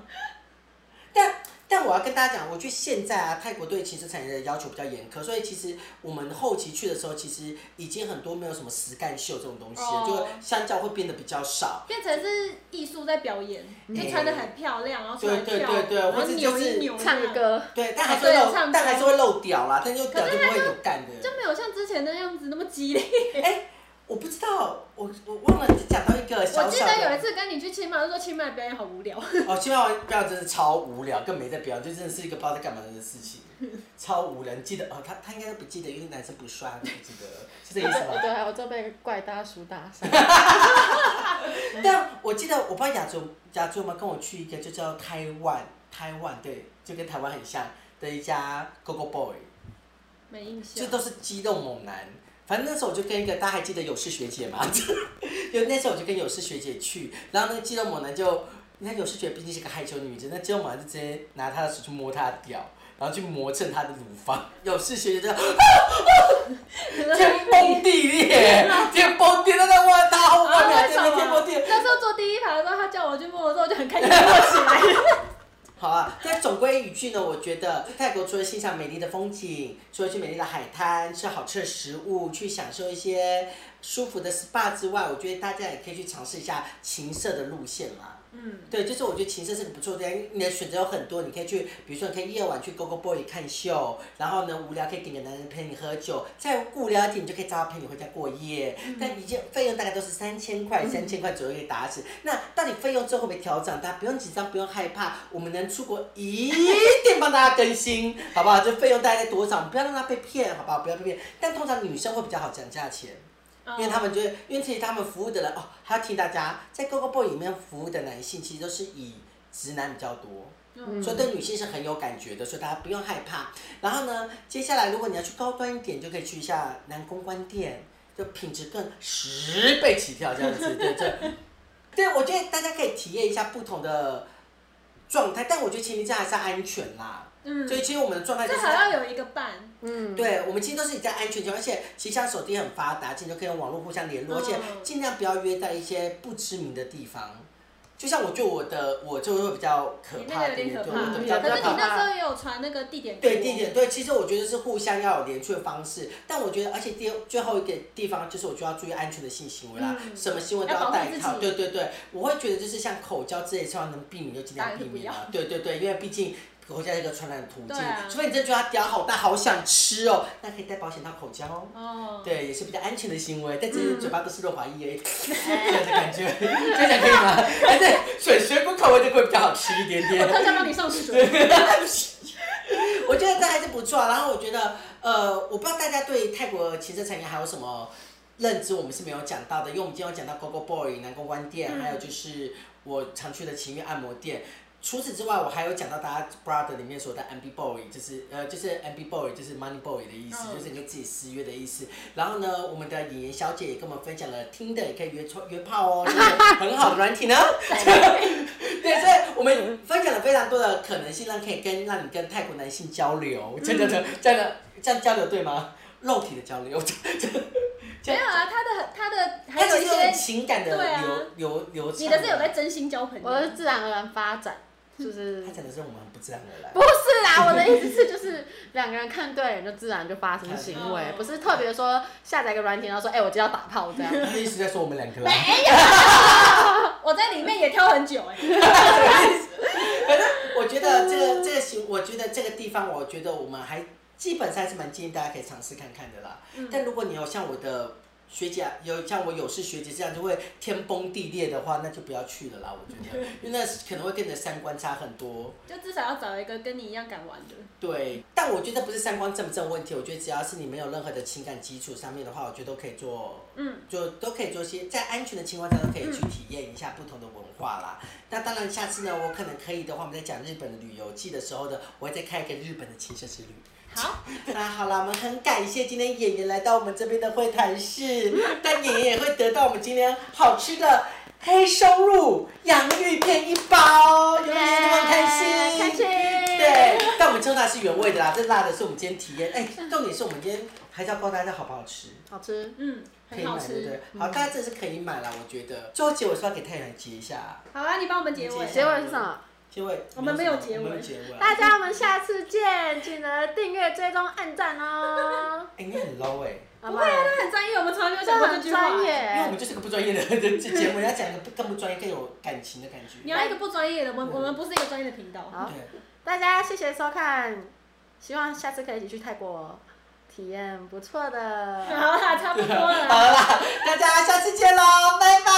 A: 但但我要跟大家讲，我觉得现在啊，泰国对情色产业的要求比较严苛，所以其实我们后期去的时候，其实已经很多没有什么实干秀这种东西了，
B: 哦
A: 就相较会变得比较少。
B: 变成是艺术在表演，就穿的很漂亮，然后出来
A: 嗯对对
B: 跳，
A: 对对
B: 然
A: 或
B: 后
A: 者
B: 扭
A: 就
B: 一
A: 是
B: 扭，
C: 唱。歌，
A: 哦对，但还是会
B: 对
A: 露
B: 唱，
A: 但
B: 歌
A: 还是会露屌啦，但就屌
B: 可
A: 就是不
B: 它
A: 会有干的。
B: 就没有像之前那样子那么激烈。
A: 我不知道，我我忘了讲到一个
B: 我
A: 小
B: 记
A: 小
B: 得有一
A: 的
B: 次跟你去清迈，就说清迈表演好无聊。
A: 哦，青蛙表演真的超无聊，更没在表演，就真的是一个不知道在干嘛的事情，超无聊。你记得哦，他他应该都不记得，因为男生不帅，他就不记得，是这意思吗？
C: 对啊，我就被怪大叔打伤。
A: 但我记得，我不知道亚洲亚洲吗？跟我去一个就叫台湾，台湾对，就跟台湾很像的一家 Go Go Boy，
B: 没印象
A: 就。都是肌肉猛男。反正那时候我就跟一个，大家还记得有事学姐吗？ 就那时候我就跟有事学姐去，然后那个肌肉猛男就，你看有事学姐毕竟是个害羞女生，那肌肉猛男就直接拿她的手去摸她的屌，然后去磨蹭她的乳房。有事学姐就天崩地裂，天崩地裂，那哇，她后半
B: 啊
A: 秒真的天崩地裂。
B: 那时候坐第一排的时候，他叫我去摸的时候，我就很开心摸起来。
A: 好啊，但总归一句呢，我觉得呃泰国除了欣赏美丽的风景，除了去美丽的海滩、吃好吃的食物、去享受一些舒服的 SPA 之外，我觉得大家也可以去尝试一下情色的路线啦。
B: 嗯，
A: 对，就是我觉得情色是个不错的地方，因为你的选择有很多，你可以去，比如说你可以夜晚去 Go Go Boy 看秀，然后呢无聊可以点个男人陪你喝酒，再无聊一点你就可以找他陪你回家过夜，但一件费用大概都是三千块，三千块左右可以打死。那到底费用之后会不会调整？大家不用紧张，不用害怕，我们能出国一定帮大家更新，好不好？这费用大概在多少？不要让他被骗，好不好？不要被骗。但通常女生会比较好讲价钱。 因为他
B: 哦
A: 们觉得，因为其实他们服务的人哦，还要提醒大家，在 g o g o Boy 里面服务的男性其实都是以直男比较多，
B: 嗯
A: 所以对女性是很有感觉的，所以大家不用害怕。然后呢，接下来如果你要去高端一点，就可以去一下南公关店，就品质更十倍起跳这样子，对对。对，我觉得大家可以体验一下不同的状态，但我觉得前提这还是安全啦。
B: 嗯，
A: 所以其实我们的状态就
B: 最
A: 是
B: 好要有一个伴。
C: 嗯，
A: 对，我们其实都是在安全情况，而且其实像手机很发达，其实都可以用网络互相联络，
B: 嗯
A: 而且尽量不要约在一些不知名的地方。就像我就我的我就会比较可
B: 你那
A: 怕
B: 个有
A: 一
B: 点
A: 点，
B: 可
A: 对，
B: 怕，
A: 我
B: 可
A: 就是比
B: 你
A: 较
C: 可
A: 可
C: 是
A: 怕。
B: 那时候也有传那个地点给我
A: 对地点，对，其实我觉得是互相要有连续的方式，但我觉得，而且第最后一个地方就是，我就要注意安全的性行为啦，
B: 嗯
A: 什么新闻都
B: 要保护
A: 戴
B: 自己
A: 套，对对对，我会觉得就是像口交之类，希望能避免就尽量避免啊，对对对，因为毕竟口交是一个传染的途径，
B: 对啊
A: 除非你真的觉得它屌好大，好想吃哦，那可以戴保险套口交哦。
B: 哦，
A: 对，也是比较安全的行为，但只
B: 嗯
A: 是嘴巴都是润滑液 而已，这样的感觉，这样可以吗？ 而且水水果口味就会比较好吃一点点。
B: 特效帮你上水。
A: 我觉得这还是不错啊。然后我觉得，呃，我不知道大家对泰国骑车产业还有什么认知，我们是没有讲到的，因为我们今天有讲到 GoGo Boy 南公关店，
B: 嗯
A: 还有就是我常去的情欲按摩店。除此之外，我还有讲到大家 brother 里面说的 MB boy，就是呃，就是 MB boy，就是 money boy 的意思，
B: 嗯
A: 就是你可以自己私约的意思。然后呢，我们的演员小姐也跟我们分享了，听的也可以约出约炮哦，就是很好的软 体呢。对，所以我们分享了非常多的可能性，让可以跟让你跟泰国男性交流，真的真的这样的这样交流对吗？肉体的交流，
B: 没有啊，他的他的还
A: 它
B: 有
A: 其
B: 一
A: 实有点
B: 些，
A: 情感的
B: 对啊
A: 流流流畅。
B: 你的是有在，真心交朋友。
C: 我 是自然而然发展，就是
A: 他讲的是我们很不自然而然
C: 不。是啦，我的意思是就是两个人看对眼就自然就发生行为
B: 嗯，
C: 不是特别说下载一个软体然后说哎、我就要打炮这样。
A: 他一直在说我们两个啦。
B: 我在里面也挑很久哎、
A: 反正我觉得这个这个行，我觉得这个地方，我觉得我们还基本上还是蛮建议大家可以尝试看看的啦。
B: 嗯
A: 但如果你有像我的学姐啊，有像我有事学姐这样就会天崩地裂的话，那就不要去了啦。我觉 得，因为那可能会跟你的三观差很多。
B: 就至少要找一个跟你一样敢玩的。
A: 对，但我觉得不是三观正不正问题，我觉得只要是你没有任何的情感基础上面的话，我觉得都可以做，
B: 嗯，
A: 就都可以做些在安全的情况下都可以去体验一下不同的文化啦。那当然，下次呢，我可能可以的话，我们在讲日本的旅游记的时候呢，我会再开一个日本的情色之旅。
B: 好，
A: 那好啦，我们很感谢今天演员来到我们这边的会谈室，但演员也会得到我们今天好吃的黑松露洋芋片一包，有没有觉得很开心？
C: 开心。
A: 对，但我们称它是原味的啦，这辣的是我们今天体验。哎、重点是我们今天还是要告诉大家好不好吃，
C: 好吃。
B: 嗯，
A: 可
B: 很
A: 以
B: 好
A: 买对不对
B: 吃。？
A: 好，大家这是可以买啦，我觉得。最后结尾是不是要给太阳结一下，
B: 好啊，你帮我们结尾。
A: 结
C: 结尾是什么？
A: 结尾
B: 我们没有结尾
A: 我们没有结尾啊。
C: 大家我们下次见，记得订阅、追踪、按赞哦。
A: 哎、你很 low 哎、
C: 好不
B: 不会
C: 好？
B: 啊，他很专业，我们从来没有
C: 这
B: 讲过这
C: 很
B: 句话。
C: 专
A: 因为我
C: 业
A: 们。就是个不专业的人这节目，要讲一个不更不专业、更有感情的感觉。
B: 你要一个不专业的，我们我们不是一个专业的频道。
C: 好，
A: 对，
C: 大家谢谢收看，希望下次可以一起去泰国体验不错的。
B: 好啦，差不多了
A: 好
B: 啦。
A: 啦，大家下次见喽，拜拜。